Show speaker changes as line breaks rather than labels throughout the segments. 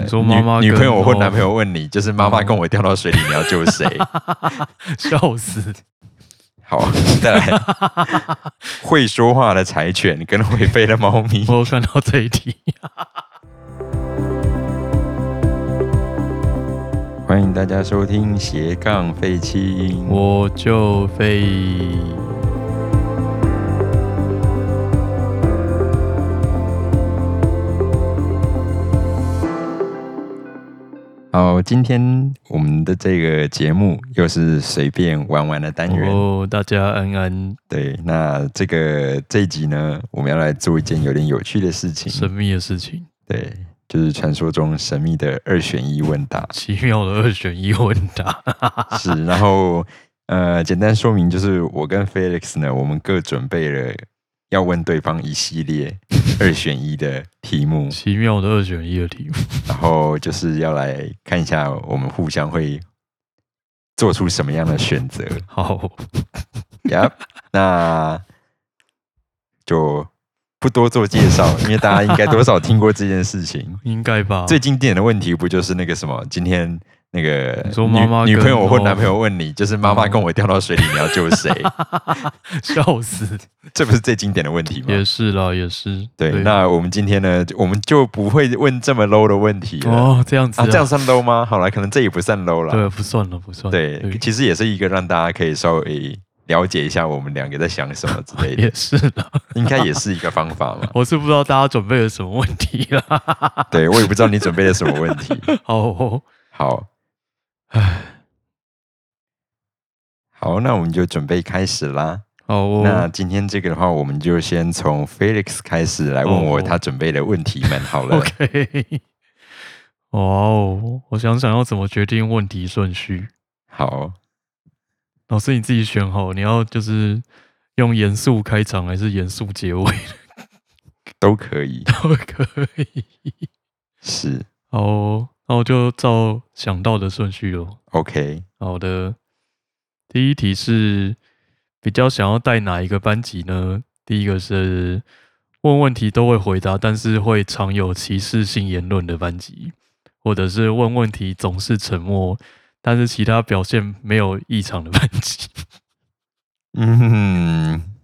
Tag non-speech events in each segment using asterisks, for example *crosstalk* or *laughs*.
你说妈妈
女女
跟嗯
朋友或
老
男朋友问你，就是妈妈跟我掉到水里，你要救谁？
笑
*laughs*
死，
好，再来，会说话的柴犬跟会飞的猫咪
我。有看到这一题，
欢迎大家收听斜杠废青，
我就废。
好，今天我们的这个节目又是随便玩玩的单元。
哦，大家安安，
对，那这个这一集呢，我们要来做一件有点有趣的事
神
情。
秘的事情，。
对，就是传说中神秘的二选一问答
奇妙的二选一问答。 *laughs*
是，然后呃，简单说明就是我跟 Felix 呢，我们各准备了要问对方一系列二选一的题
*laughs*
目，
奇妙的二选一的题目，
然后就是要来看一下我们互相会做出什么样的选择。 *laughs*
好，
呀，那就不多做介绍，因为大家应该多少听过这件事
*laughs*
情。
应该吧？
最经典的问题不就是那个什么？今天那个
你说
女
妈妈
女
跟
朋友或
哦
男朋友问你，就是妈妈跟我掉到水里，你要救谁？
笑
*laughs*
死，
这不是最经典的问题吗
也？是啦，也是。
对，那我们今天呢，我们就不会问这么 low 的问题了。
哦，这样子啊
啊，这样算 low 吗？好了，可能这也不算 low 了。
对，不算了，不算了。
对，其实也是一个让大家可以稍微了解一下我们两个在想什么之类的，
*laughs* 也是啦，
应该也是一个方法嘛。
我是不知道大家准备了什么问题啦。 *laughs*
对我也不知道你准备了什么问题。
好、哦，
好，好，那我们就准备开始啦。
好哦，
那今天这个的话，我们就先从 Felix 开始来问我
哦
他准备的问题们好了。
OK，哇哦，我想想要怎么决定问题顺序。
好，
老师你自己选好，你要就是用严肃开场还是严肃结尾 *laughs*
都可以。
都可以。
是
好哦，那我就照想到的顺序咯。 *laughs*
OK，
好的，第一题是比较想要带哪一个班级呢？第一个是问问题都会回答，但是会常有歧视性言论的班级，或者是问问题总是沉默，但是其他表现没有异常的班级。
嗯，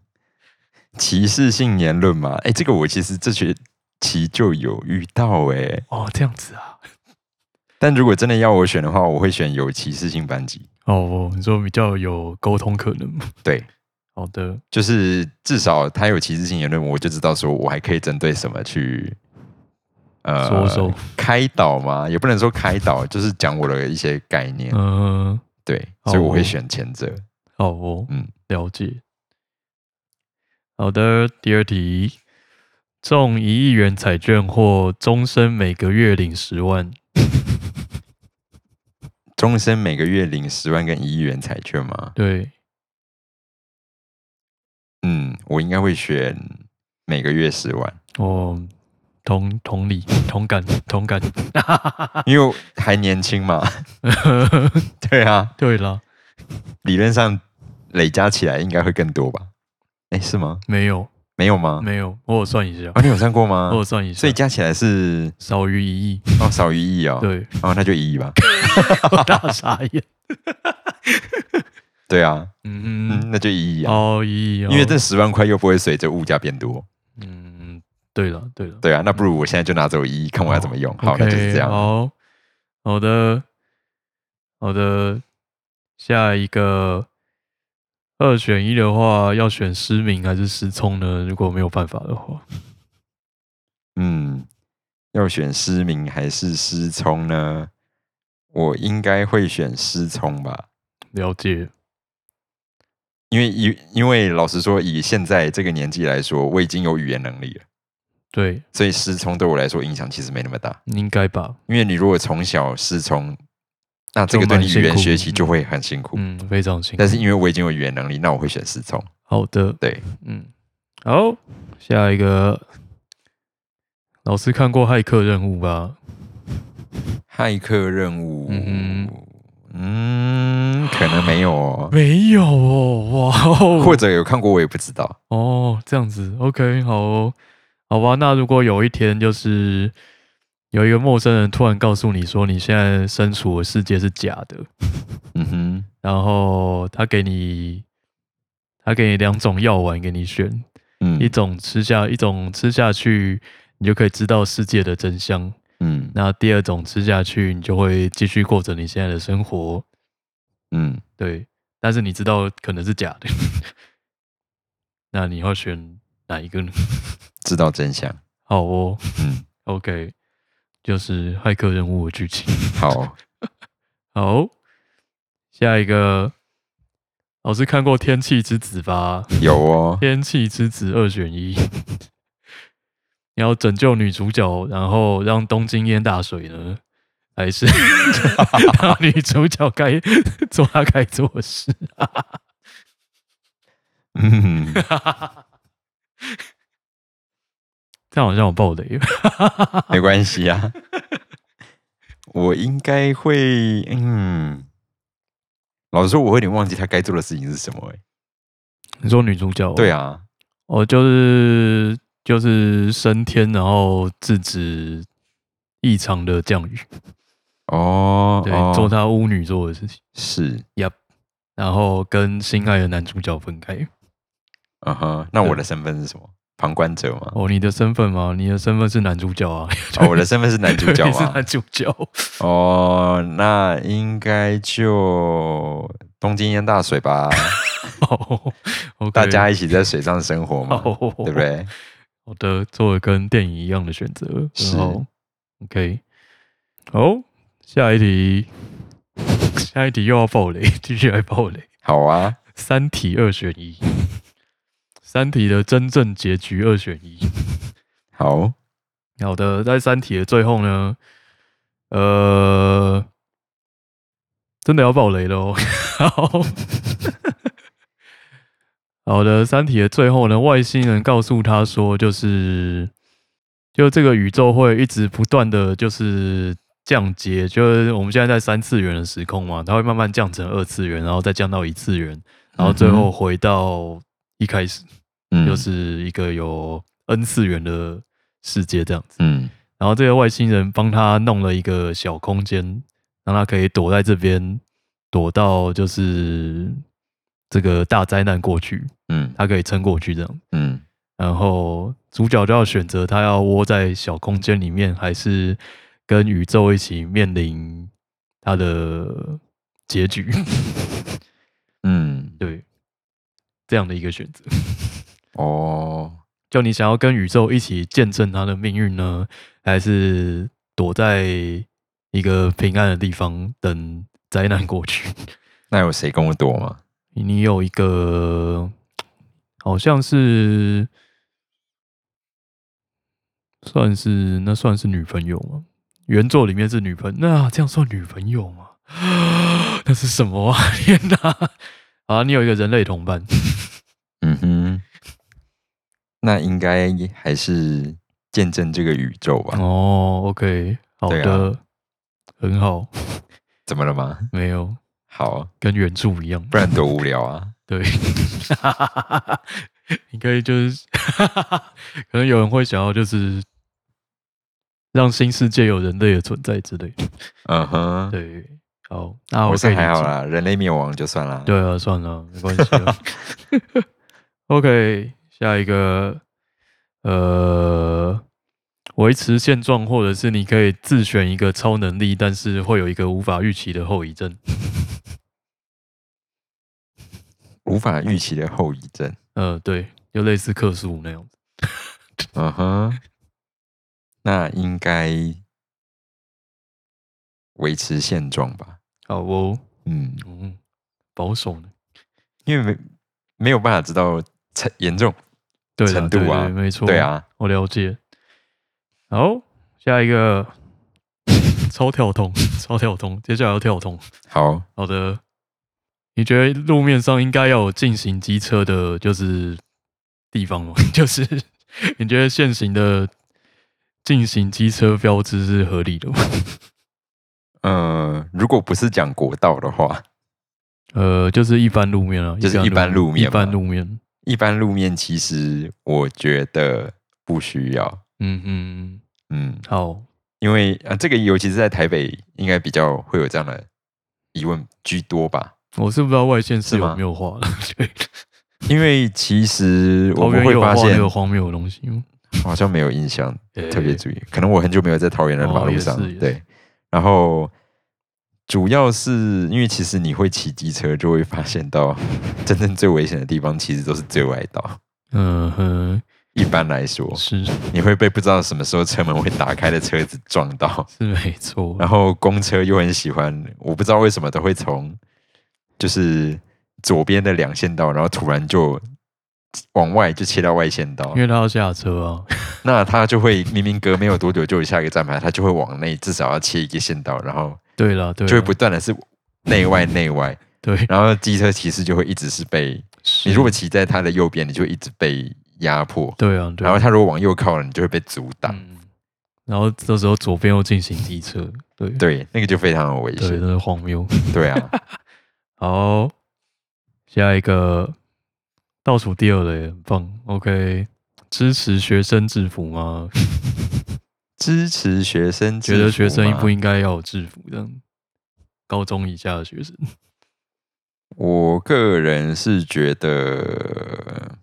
歧视性言论嘛，哎、这个我其实这学期就有遇到哎、
哦，这样子啊？
但如果真的要我选的话，我会选有歧视性班级。
哦，你说比较有沟通可能吗？
对，
好的，
就是至少他有歧视性言论，我就知道说我还可以针对什么去呃
说说，
开导嘛，也不能说开导，就是讲我的一些概念。
嗯、
对，
好
所以我会
哦
选前者。
好哦，
嗯
嗯，了解。好的，第二题，中一亿元彩券或终身每个月领十万。
终身每个月领十万跟一亿元彩券吗？
对，
嗯，我应该会选每个月十万，
哦，同同理，同感，同感。 *laughs* 啊
因为我还年轻嘛。 *laughs* 对啊，
对啦，
理论上累加起来应该会更多吧？哎，是吗？
没有，
没有吗？
没哦有，我有算一下，
啊，你有算过
我
吗
有？算一下，
所以加起来是
少于一亿。
哦少于一亿哦。 *laughs*
对，
哦，那就一
*laughs*
亿吧。
我大傻眼。
对啊，
嗯
嗯，那就一亿
嗯，
啊，
哦，一亿哦，
因为这十万块又不会随着物价变多。
嗯，对了，对了。
对啊，那不如我现在就拿走一亿，看我要怎么用。好，
嗯 OK，哦
那就是这样。
好，好的，好的，下一个二选一的话，要选失明还是失聪呢？如果没有办法的话，
嗯，要选失明还是失聪呢？我应该会选失聪吧，
了解。
因为以因为老实说，以现在这个年纪来说，我已经有语言能力了，
对，
所以失聪对我来说影响其实没那么大。
应该吧。
因为你如果从小失聪，那这个
就
对
蛮
你语言
辛苦
学习就
嗯
会很辛苦。
嗯，非常辛苦
但。是因为我已经有语言能力，那我会选失聪。
好的，
对，
嗯，好，下一个，老师看过《骇客任务》吧？
骇客任务，
嗯
嗯可能没有哦，
没有哦，哇哦，
*laughs* 或者有看过我也不知道。
哦，这样子，OK，好哦，好吧。那如果有一天就是有一个陌生人突然告诉你说你现在身处的世界是假的，
嗯哼，
然后他给你他给你两种药丸给你选，
嗯，
一种吃下一种吃下去，你就可以知道世界的真相；
嗯
那第二种吃下去，你就会继续过着你现在的生活。
嗯，
对，但是你知道可能是假的， *laughs* 那你要选哪一个呢？
知道真相。
好哦，
嗯，
*laughs* OK，就是骇客任务的剧情。
好，
好，下一个，老师看过《天气之子》吧？《
有哦，
天气之子》二选一， *laughs* 你要拯救女主角，然后让东京淹大水呢，还是 *laughs* 让女主角该 *laughs* 做她该做的事？
嗯，
这样好像我爆雷了。哦
没关系啊。我应该会，嗯，老实说，我有点忘记他该做的事情是什么、欸。
你说女主角？
对啊，
哦，就是就是升天，然后制止异常的降雨，
哦，
对，
哦
做她巫女做的事情，
是，
然后跟心爱的男主角分开。
嗯哼。那我
对
的身份是
*laughs*
什么？旁观者吗？
哦，你的身份吗？你的身份是男主角啊，
哦，我的身份是男主
*laughs*
角
你是
吗
男？主角。
哦，那应该就东京淹大水
*laughs*
吧，
哦，OK，
大家一起在水上生活嘛，
哦，
对不？对？
好的，做了跟电影一样的选择，
是
然后 OK，好，下一题， *laughs* 下一题又要爆雷，继续来爆雷。
好啊，
三题二选一，三题的真正结局二选一。
好，
好的，在三题的最后呢，呃，真的要爆雷喽。 *laughs* 好，好的，三题的最后呢，外星人告诉他说，就是就这个宇宙会一直不断的就是降阶，就是我们现在在三次元的时空嘛，它会慢慢降成二次元，然后再降到一次元，然后最后回到一开始。
嗯
就，是一个有 N 次元的世界这样子。
嗯
然后这个外星人帮他弄了一个小空间，让他可以躲在这边，躲到就是这个大灾难过去，
嗯
他可以撑过去这样。
嗯
然后主角就要选择他要窝在小空间里面，还是跟宇宙一起面临他的结局。 *laughs*
嗯，
对，这样的一个选择。
哦，
就你想要跟宇宙一起见证他的命运呢，还是躲在一个平安的地方等灾难过去？ *laughs*
那有谁跟我躲吗？
你有一个好像是算是那算是女朋友吗？原作里面是女朋那这样算女朋友吗？ *gasps* 那是什么啊？ *laughs* 天哪！啊，你有一个人类同
*laughs*
伴，
嗯哼，那应该还是见证这个宇宙吧？
哦，OK，好
对啊
的，很好，
怎么了吗？
没有。
好，啊
跟原著一样，
不然多无聊
*laughs*
啊！
对，你可以就是 *laughs* 可能有人会想要就是让新世界有人类的存在之类的，
嗯哼，
对，好，那
我
我
是
可以
还
理
好
解，
啦，人类灭亡就算啦。
对啊，算了，没关系了，OK，下一个，呃。维持现状，或者是你可以自选一个超能力，但是会有一个无法预期的后遗症。
无法预期的后遗症。
呃，对，就类似克苏鲁那样子。
嗯哼，那应该维持现状吧。
好哦，
嗯，
嗯，保守呢？
因为没没有办法知道程严重。
对啦
程度啊
对对没错，
对，啊，
我了解。好，下一个 *laughs* 超跳通， *laughs* 超跳通，接下来要跳通。
好，
好的，你觉得路面上应该要有进行机车的，就是地方吗？ *laughs* 就是你觉得现行的进行机车标志是合理的吗？ *laughs*
呃，如果不是讲国道的话，
呃，就是一般路面啊，
就是一般路面
一般
嘛
路面。
一般路面其实我觉得不需要。
嗯嗯，
嗯，
好，
因为啊、呃这个尤其是在台北，应该比较会有这样的疑问居多吧。
我是不知道外县市
是吗
有没有画了， *laughs* 对，
因为其实我
桃
们
园
会
有画
发
那
现
个，荒谬的东西吗？
好像没有
*laughs*
印象特别
诶
注意，可能我很久没有在桃园的
哦
马路
也
上。
是也
对
是，
然后主要是因为其实你会骑机车，就会发现到真正最危险的地方其实都是最外道。
嗯哼，
一般来说，
是
你会被不知道什么时候车门会打开的车子撞到，
是没错，
然后公车又很喜欢，我不知道为什么都会从就是左边的两线道，然后突然就往外就切到外线道
因，为他要下车啊，
那他就会明明隔没有多久就有下一个站牌，他就会往内至少要切一个线道，然后
对啦，对啦，啊
就会不断的是内外内外，
对，
然后机车骑士就会一直是被
是
*laughs* 你如果骑在他的右边，你就一直被压迫，
对啊，对
然
啊，
后他如果往右靠了，你就会被阻挡，
嗯，然后这时候左边又进行机车，对
对，那个就非常的危
对，
险
真，的荒谬。
对啊， *laughs*
好，下一个倒数第二类，很棒，OK，支持学生制服
*laughs*
吗？
支持学生制
觉
服吗，
得学生应不应该要有制服这样？高中以下的学生，
我个人是觉得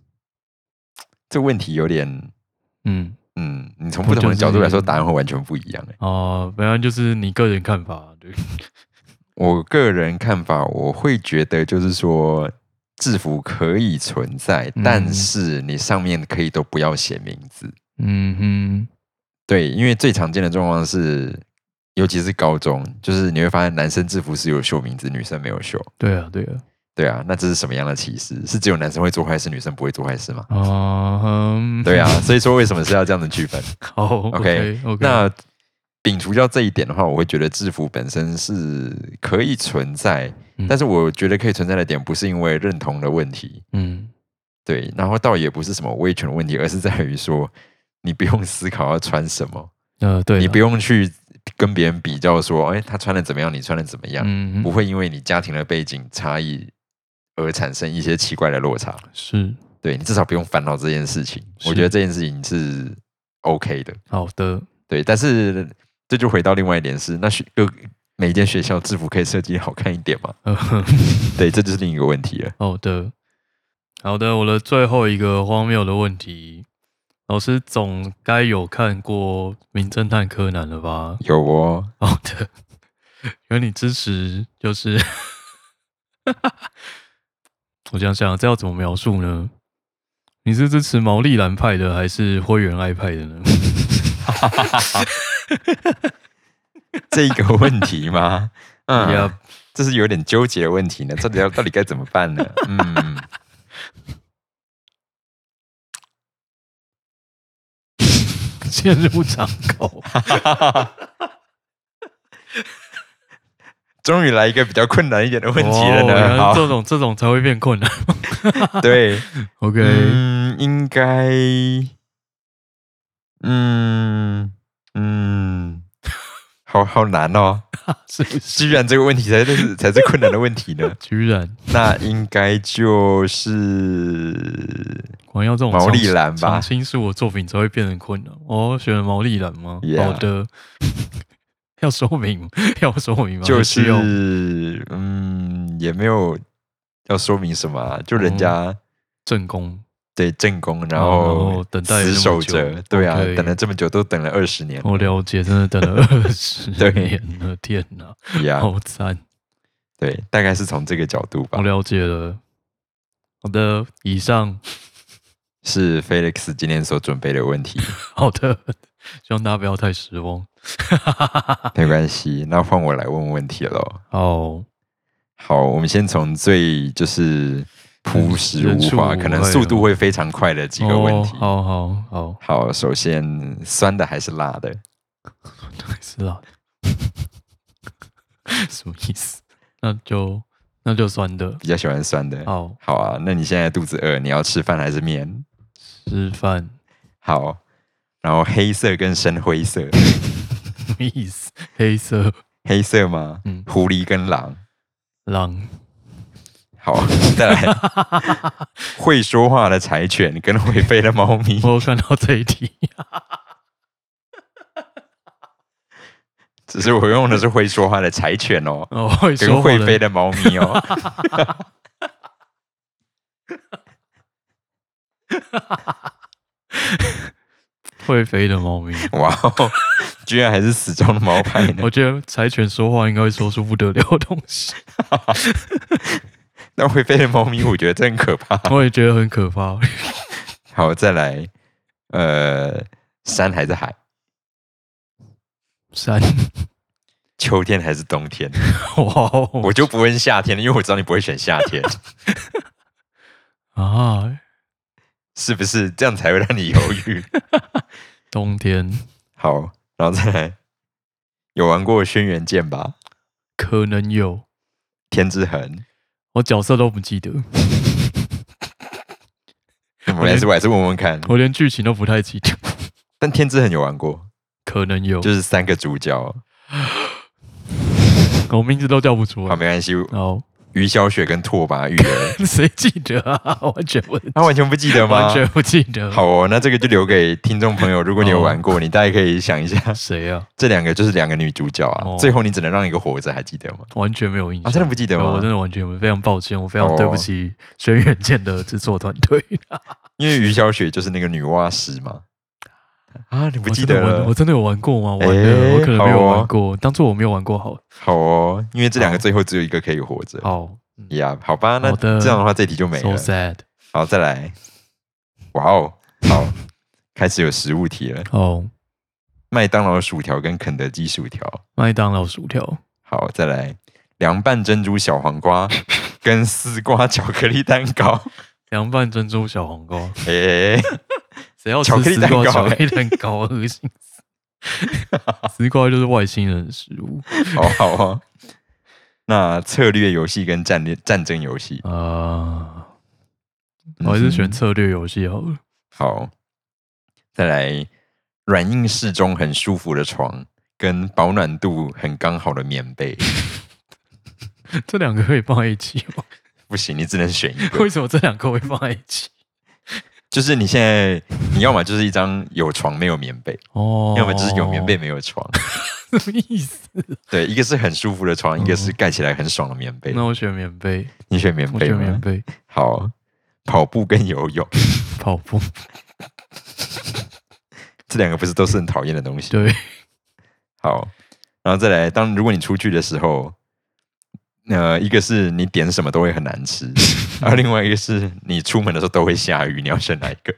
这问题有点，
嗯
嗯，你从
不
不同的
就是
角度来说，答案会完全不一样。欸
啊，反正就是你个人看法，啊对，
我个人看法，我会觉得就是说，制服可以存在，
嗯
但是你上面可以都不要写名字。
嗯
对，因为最常见的状况是，尤其是高中，就是你会发现男生制服是有绣名字，女生没有绣。
哼，对啊，对啊，
对啊，那这是什么样的歧视？是只有男生会做坏事，女生不会做坏事吗？
啊、嗯，
对啊，
*laughs*
所以说为什么是要这样的区分？
好
OK，
，OK OK，
那摒除掉这一点的话，我会觉得制服本身是可以存在，
嗯
但是我觉得可以存在的点不是因为认同的问题，
嗯，
对，然后倒也不是什么威权的问题，而是在于说你不用思考要穿什么，
呃，对啦，
你不用去跟别人比较说，哎，他穿的怎么样，你穿的怎么样，
嗯，
不会因为你家庭的背景差异而产生一些奇怪的落差，
是
对你至少不用烦恼这件事情，我
是
觉得这件事情是 OK 的。
好的，
对，但是这就回到另外一点是，那学各每间学校制服可以设计得好看一点嘛？
呃呵
对，这就是另一个问题了。
好的，好的，我的最后一个荒谬的问题，老师总该有看过《名侦探柯南》了吧？
有哦，
好的，有你支持就是，我想想，这要怎么描述呢？你是支持毛利兰派的还是灰原哀派的呢？ *laughs*
这一个问题
*laughs*
吗？嗯，
Yup
这是有点纠结的问题呢，到底要到底该怎么办呢？嗯，
陷入长
*laughs*
口，
终于来一个比较困难一点的问题了
哦原
呢。
来这
好，
种这种才会变困难。
对，
*laughs* OK，、
嗯，应该，嗯嗯，好好难哦，
*laughs* 是不是？
居然这个问题才是才是困难的问题呢。
居然，
那应该就是
果然要这种
毛利
常
兰吧
常青树的作品才会变成困难。哦，选了毛利兰吗
Yeah
好的， *laughs* 要说明吗， *laughs* 要说明吗？
就
还是
是
要
嗯，也没有要说明什么啊、就人家、
正宫。
对正宫，
哦然
然后
后等待了
死
那么
守
久
着，对啊
OK
等了这么久，都等了二十年
我了解，真的等
*laughs*
了二十
对
年了，天哪，
呀
好惨！
对，大概是从这个角度吧
我。了解了。好的，以上
是 Felix 今天所准备的问题，
*laughs* 好的，希望大家不要太失望。
没关系，那换我来问问题喽。
好，
好，我们先从最就是朴实
人
无
畜
华，
无
可能
害
速
啊
度会非常快的几个问题。
哦、好好好，
好，首先酸的还是辣的？
还是辣的， *laughs* 什么意思？那就那就酸的。
比较喜欢酸的。
好，
好啊，那你现在肚子饿，你要吃饭还是面？
吃饭
好，然后黑色跟深灰色，
什么意思？黑色
黑色吗？
嗯
狐狸跟狼。
狼，
好， *laughs* 再来，会说话的柴犬跟会飞的猫咪
我。有看到这一题，
只是我用的是会说话的柴犬哦，
*laughs* 哦，会
跟
说话
会
的
飞的猫咪哦。
会飞的猫咪。
*laughs* 哇哦，居然还是死忠的毛派呢
*laughs* 我！觉得柴犬说话应该会说出不得了的东西，
那会飞的猫咪，我觉得真可怕。
*laughs* 我也觉得很可怕。
好，再来，呃，山还是海？
山，
秋天还是冬
*laughs*
天？
哇
我
哦
就不问夏天了，因为我知道你不会选夏
*laughs*
天，
啊！
是不是？这样才会让你犹豫。
冬天
好，然后再来，有玩过《轩辕剑》吧？
可能有，
天之痕，
我角色都不记得，
我还是我还是问问看。
我连剧情都不太记得，
但天之痕有玩过，
可能有，
就是三个主角。
我名字都叫不出
好，
来。
没关系，
哦，
于小雪跟拓跋玉儿，
谁记得啊？ *laughs* 完全不，
他完全不记得吗？
完全不记得。
好哦，那这个就留给听众
*laughs*
朋友，如果你有玩过，
哦
你大概可以想一下，
谁啊？
这两个就是两个女主角啊，
哦
最后你只能让一个活着，还记得吗？
完全没有印
啊，
象。
真的不记得
对
吗？
我真的完全非常抱歉，我非常
哦
对不起《轩辕剑》的制作团队。
因为于小雪就是那个女娲石嘛。 *laughs* 啊，你不
我
记
真的
得
玩，
了
我？真的有玩过吗？玩的，
哎
我可能没有
好哦
玩过，当做我没有玩过好了。
好哦，因为这两个最后只有一个可以活着。
好，嗯
呀，好吧，那
好的
这样的话这题就没
，so
了。
sad。
好，再来。哇哦，好，开始有食物题了。
哦，
麦当劳薯条跟肯德基薯条。
麦当劳薯条，
好，再来凉拌珍珠小黄瓜 *laughs* 跟丝瓜巧克力蛋糕。
凉拌珍珠小黄瓜，
*laughs* 诶、
谁要吃
巧克力
丝
蛋
瓜
糕
巧克
哎
力蛋糕？恶心死！ *laughs* 丝瓜就是外星人的食物。
好好哦。那策略游戏跟战略战争游戏，
啊，
嗯
我还哦是选策略游戏好了。
好，再来软硬适中、很舒服的床，跟保暖度很刚好的棉被。
这两个可以放在一起
*laughs*
吗？
不行，你只能选一个。
为什么这两个会放在一
*laughs*
起？
就是你现在，你要么就是一张有床没有棉被，
哦，
要么就是有棉被，没有床。
什么意思？
对，一个是很舒服的床，一个是盖起来很爽的棉被。
嗯那我选棉被，
你选棉
我
被
选
吗
棉？被，
好，跑步跟游泳
跑步。
这两个不是都是很讨厌的东西？
对，
好，然后再来，当如果你出去的时候，呃，一个是你点什么都会很难
*laughs*
吃，而另外一个是你出门的时候都会下雨，你要选哪一
*laughs*
个？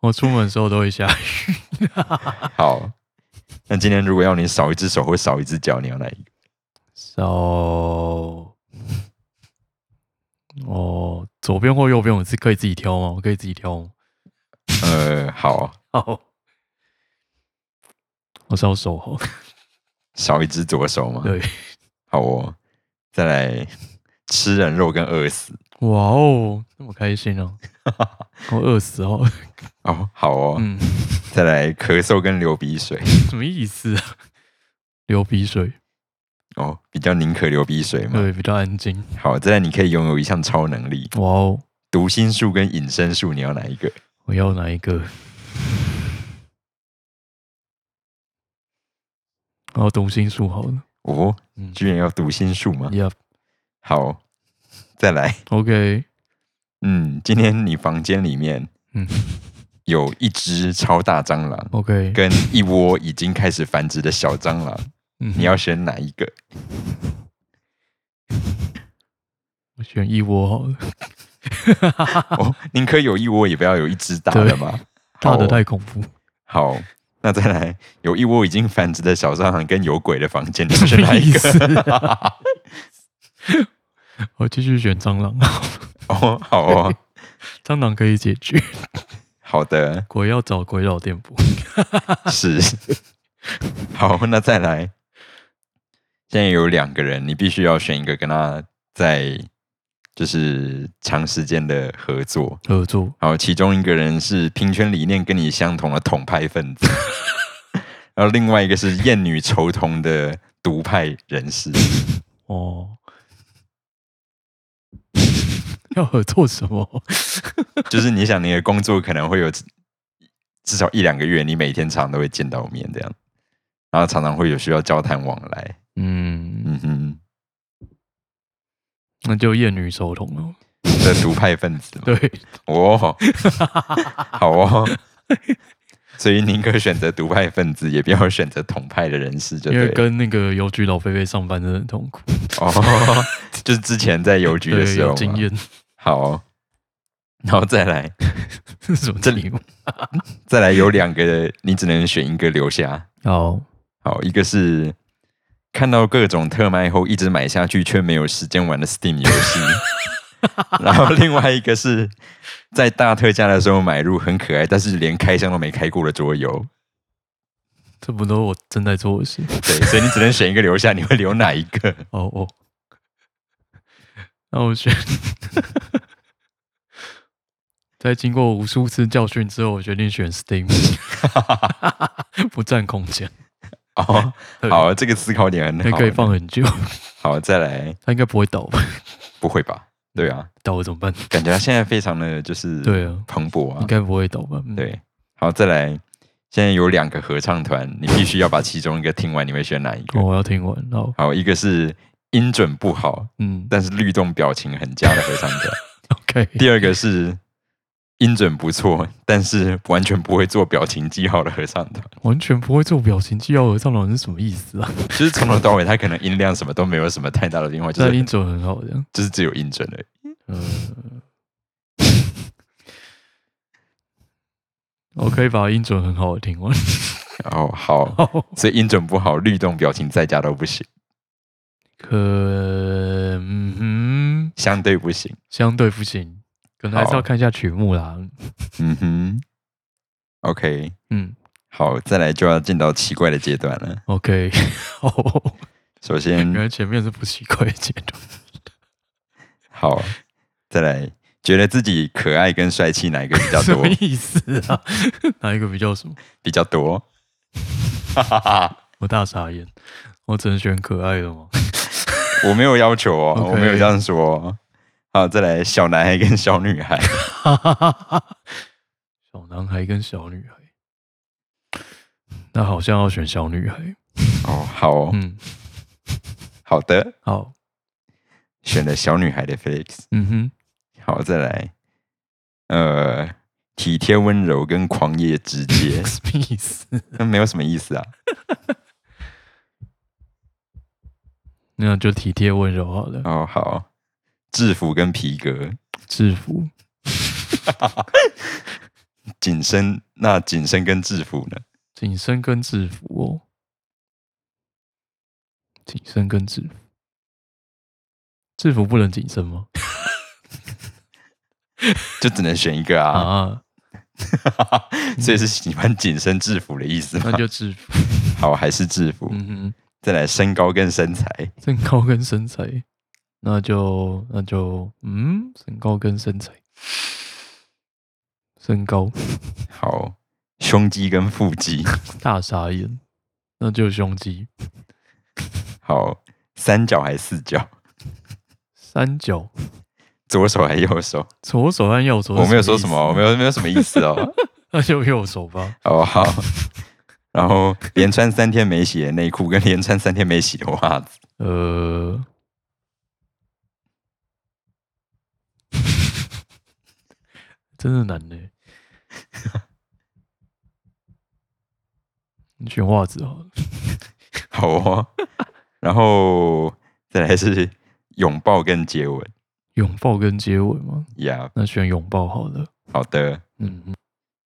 我出门的时候都会下雨。
好，那今天如果要你少一只手或少一只脚，你要哪一个？
So，哦，左边或右边我是可以自己挑吗？我可以自己挑吗？
呃，好，
好，我是要手好。 *laughs*
少一只左手嘛。
对，
好哦，再来吃人肉跟饿死。
哇哦，那么开心 *laughs* 哦、我饿死哦。
哦，好哦，
嗯，
再来咳嗽跟流鼻水。
什么意思啊？ *laughs* 流鼻水，
哦，比较宁可流鼻水嘛。
对，比较安静。
好，再来你可以拥有一项超能力，
哇哦，
读心术跟隐身术，你要哪一个？
我要哪一个？我要读心术好了。
哦，
嗯
居然要读心术吗？好，再来，
，Yep，OK，
嗯，今天你房间里面，嗯
嗯，
有一只超大蟑螂，
OK，
跟一窝已经开始繁殖的小蟑螂，
嗯
你要选哪一
*laughs*
个？
我选一窝好了，
哦，宁可有一窝，也不要有一只大的嘛。
大的
好
太恐怖，
好，那再来，有一窝已经繁殖的小蟑螂跟有鬼的房间，你要
什
选哪
么
一
意
个？
思啊？ *laughs* 我继续选蟑螂，
哦，好哦，
蟑螂可以解决， *laughs*
好的，
鬼要找鬼佬店铺， *laughs*
*laughs* 是。好，那再来，现在有两个人，你必须要选一个跟他在就是长时间的合作。
合作
然后其中一个人是平权理念跟你相同的统派分子， *laughs* 然后另外一个是厌女仇同的独派人士。
哦。 *laughs* 要合作什么？
就是你想你的工作可能会有至至少一两个月，你每天常常都会见到面这样。然后常常会有需要交谈往来。
嗯，
嗯哼，
那就厌女首同了。
这独派分子嘛，
对，
哦，好哦。所以宁可选择独派分子，也不要选择同派的人士，就
因
对
为
了。
跟那个邮局老菲菲上班真的很痛苦，
哦，
*laughs*
就是之前在邮局的
对，
时候
有
嘛
经验。 *laughs*
好，然后再来，
是什么
这
题目？
再来有两个，你只能选一个留下。
好，
好，一个是看到各种特卖后一直买下去却没有时间玩的 Steam 游
*laughs*
戏，然后另外一个是在大特价的时候买入很可爱，但是连开箱都没开过的桌游。
这不都是我正在做的事。
对，所以你只能选一个留下，你会留哪一个？
哦哦，那我选， *laughs* 在经过无数次教训之后，我决定选
*laughs*
Steam，不占空间，
*laughs* 哦，
对
好，这个思考点
*laughs*
很
那
好。
可以放很久，
好，再来，
它应该不会倒吧？ *laughs*
不会吧？对啊，
倒了怎么办？
感觉他现在非常的就是
对啊，
蓬勃啊
应。该不会倒吧？嗯，
对，好，再来，现在有两个合唱团，你必须要把其中一个听完，你会选哪一个？
哦我要听完，然后
好，一个是音准不好，
嗯
但是律动表情很佳的合唱团；
，OK，
*laughs* 第二个是音准不错，但是完全不会做表情记号的合唱团。
完全不会做表情记号合唱团是什么意思啊？
其实从头到尾，他可能音量什么都没有什么太大的变化，就
这音
*laughs* 是
准很好，这样，
就是只有音准而已。
嗯。 *laughs* 我可以把音准很好的听完。
哦，好，
好，
所以音准不好，律动表情在家都不行，
*laughs* 可嗯哼，
相对不行。
相对不行，可能还是
好
要看一下曲目啦。
嗯哼，OK，
嗯
好，再来就要进到奇怪的阶段了。
，OK，哦，
首先
*laughs* 原，来前面是不奇怪的阶段。
好，再来，觉得自己可爱跟帅气哪一个比较
什 *laughs*
多
么？意思啊？哪一个比较什么？
比较多。哈哈哈，
我大傻眼，我只能选可爱的吗？ *laughs*
我没有要求哦
OK
我没有这样说、哦。好，再来，小男孩跟小女孩，
小男孩跟小女孩，那好像要选小女孩。
哦，好哦
嗯，
好的，
好，
选了小女孩的 Felix。
嗯哼，，
好，再来，呃，体贴温柔跟狂野直接
*laughs* 什么意思？
那没有什么意思啊。
那就体贴温柔好了。
哦，好，制服跟皮
*laughs*
革，
制服，
紧身，那紧身跟制服呢？
紧身跟制服哦，紧身跟制服，制服不能紧身吗？
就只能选一个啊。
啊，
*laughs* 所以是喜欢紧身制服的意思
那
吗？
就制服。
好，还是制服？
嗯
再来身高跟身材，
哼，身高跟身材，那就那就嗯，身高跟身材，身高
好，胸肌跟腹肌，
大傻眼，那就胸肌，
好，三角还四角，
三角，
左手还右手？
左手和右手。
我没有说什么，我没
有，
有没有什么意思哦。
那就右手吧。
哦，好。 *laughs* 然后连穿三天没洗的内裤跟连穿三天没洗的袜子，
呃，真的难呢。你选袜子好了，
好哦。然后再来是拥抱跟接吻，
拥抱跟接吻吗？
呀、
那选拥抱好了。
好的。
嗯，嗯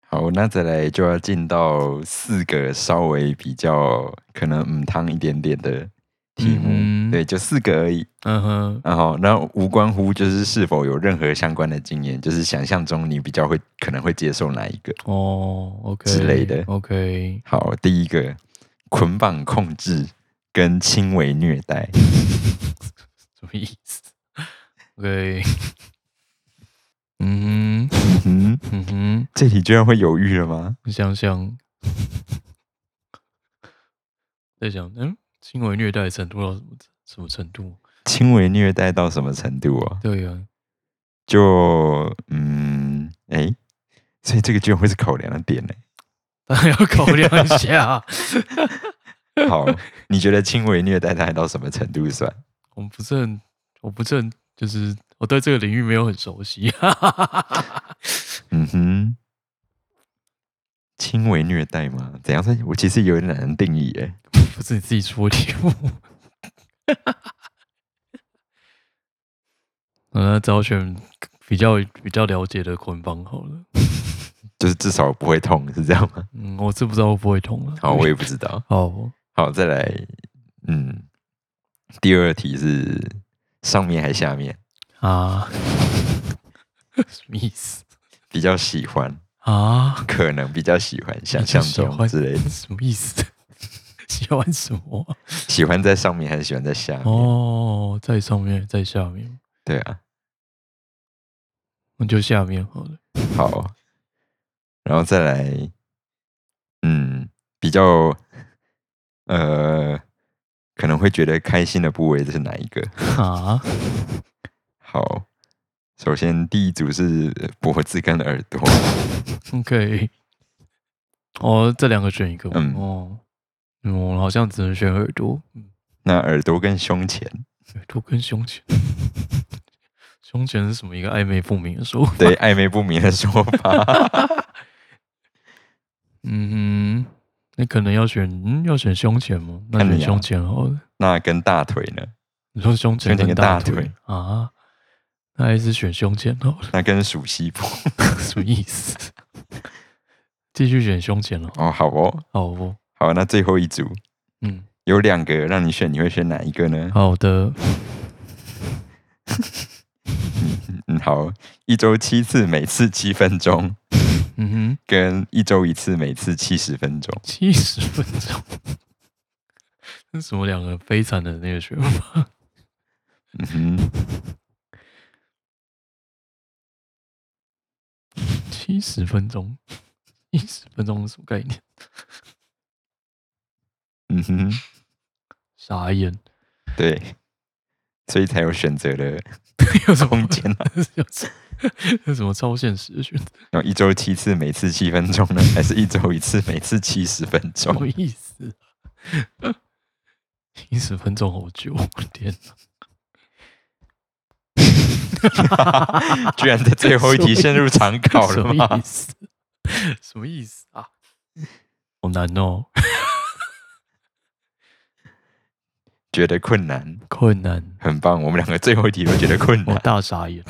好，那再来就要进到四个稍微比较可能嗯汤一点点的题目，
嗯哼
对，就四个而已。
嗯哼，
然后，然后无关乎就是是否有任何相关的经验，就是想象中你比较会可能会接受哪一个。
哦，OK
之类的
，OK， *laughs*
好，第一个捆绑控制跟轻微虐待，
什么意思？OK，嗯哼，
嗯，
嗯哼，
这题居然会犹豫了吗？
我想想，在想，嗯，轻微虐待程度到什么什么程度？
轻微虐待到什么程度啊？
对啊， *laughs*
就嗯，哎，所以这个居然会是考量的点呢、
啊当然要考量一下。
好，你觉得轻微虐待大概到什么程度算？
*laughs* 我们不是很，我不是很，就是我对这个领域没有很熟悉。
嗯哼，轻微虐待吗？怎样算？我其实有点难定义诶。
不是你自己出的题目。 *laughs* 嗯，找选比较比较了解的捆绑好了。
就是至少不会痛，是这样吗？
嗯，我是不知道会不会痛了。
好，我也不知道。
好哦，
好，再来，嗯，第二题是上面还下面？
啊， *laughs* 什么意思
比较喜欢，
啊？
可能比较喜欢，想
你
象
就喜
中
欢
之类的，
什么意思？ *laughs* 喜欢什么？
喜欢在上面还是喜欢在下面？
哦，在上面，在下面，
对啊，
那就下面好了。
好，然后再来，嗯，比较呃，可能会觉得开心的部位是哪一个？
啊，
好，首先第一组是脖子跟耳朵，
OK，哦，这两个选一个吧。
嗯
哦，嗯，我好像只能选耳朵，嗯
那耳朵跟胸前，
耳朵跟胸前。 *laughs* 胸前是什么一个暧昧不明的说法？ *laughs*
对，暧昧不明的说法，
嗯哼，那可能要选，嗯，要选胸前吗？那
看
选
你啊
胸前好了。
那跟大腿呢？
你说胸前
胸
跟
前跟
大
大
腿
腿
啊？那还是选胸前好了， *laughs*
那跟属膝部？
什么意思？ *laughs* 继续选胸前了，
哦，好哦，
好不？
好，那最后一组
嗯，
有两个让你选，你会选哪一个呢？
好的，
嗯，好，一周七次，每次七分钟。
嗯哼，
跟一周一次，每次七十分钟。
七十分钟，这是什么两个悲惨的那个选法？
嗯哼，
七十分钟，七十分钟是什么概念？
嗯哼，
傻眼，
对，所以才有选择的
有什么
空？间
*laughs*
啊。
有什有什么超现实的选择？
然后一周七次，每次七分钟呢，还是一周一次，每次七十分
*laughs* 什么
钟？
意思、七十分钟好久，我的天 *laughs* 哪！
居然在最后一题陷入长考
什么
了
意
吗？
思？ *laughs* 什么意思啊？好难哦，
觉得困难，
困难，
很棒。我们两个最后一题都觉得困
我
难。
大傻眼。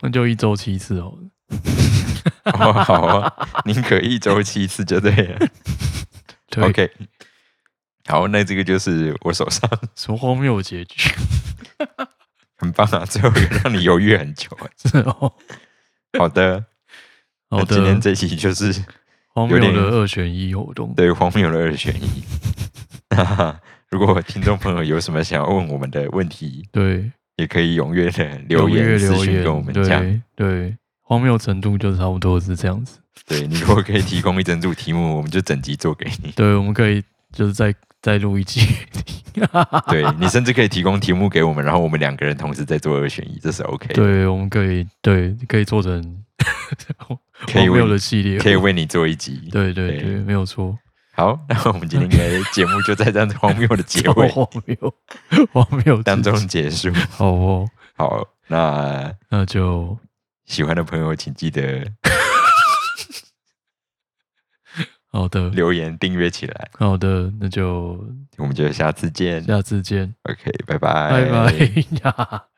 那就一周七次好了。
哦，好啊，宁可一周七次就对了。
对
OK，好，那这个就是我手上，
什么荒谬的结局？
很棒啊，最后一个让你犹豫很久啊。
是哦，
好的，
好
那今天
的，
这期就是。
荒谬
有
的
点
二选一活动。
对荒谬的二选一。 *laughs* 如果听众朋友有什么想要问我们的问题，
对，
也可以踊跃的留
踊跃
言、私
留
讯
言
跟我们讲。
对对，荒谬程度就差不多是这样子。
对你如果可以提供一整组题目，我们就整集做给你。
对，我们可以就是再再录一
*laughs*
集。
对你甚至可以提供题目给我们，然后我们两个人同时再做二选一，这是 OK 的。
对，我们可以对可以做成
可以
荒
为
谬的
你
系列，
可以为你做一集。
对对
对
对，没有错。
好，那我们今天的节目就在这样子荒谬的结
超
*laughs* 尾
荒谬， *laughs* 荒谬
当中
至极
结束。
好哦，
好，那
那就
喜欢的朋友请记得
好的，
留言订阅起来，
好的，那就
我们就下次见。
下次见，
OK，拜
拜拜呀。 *laughs*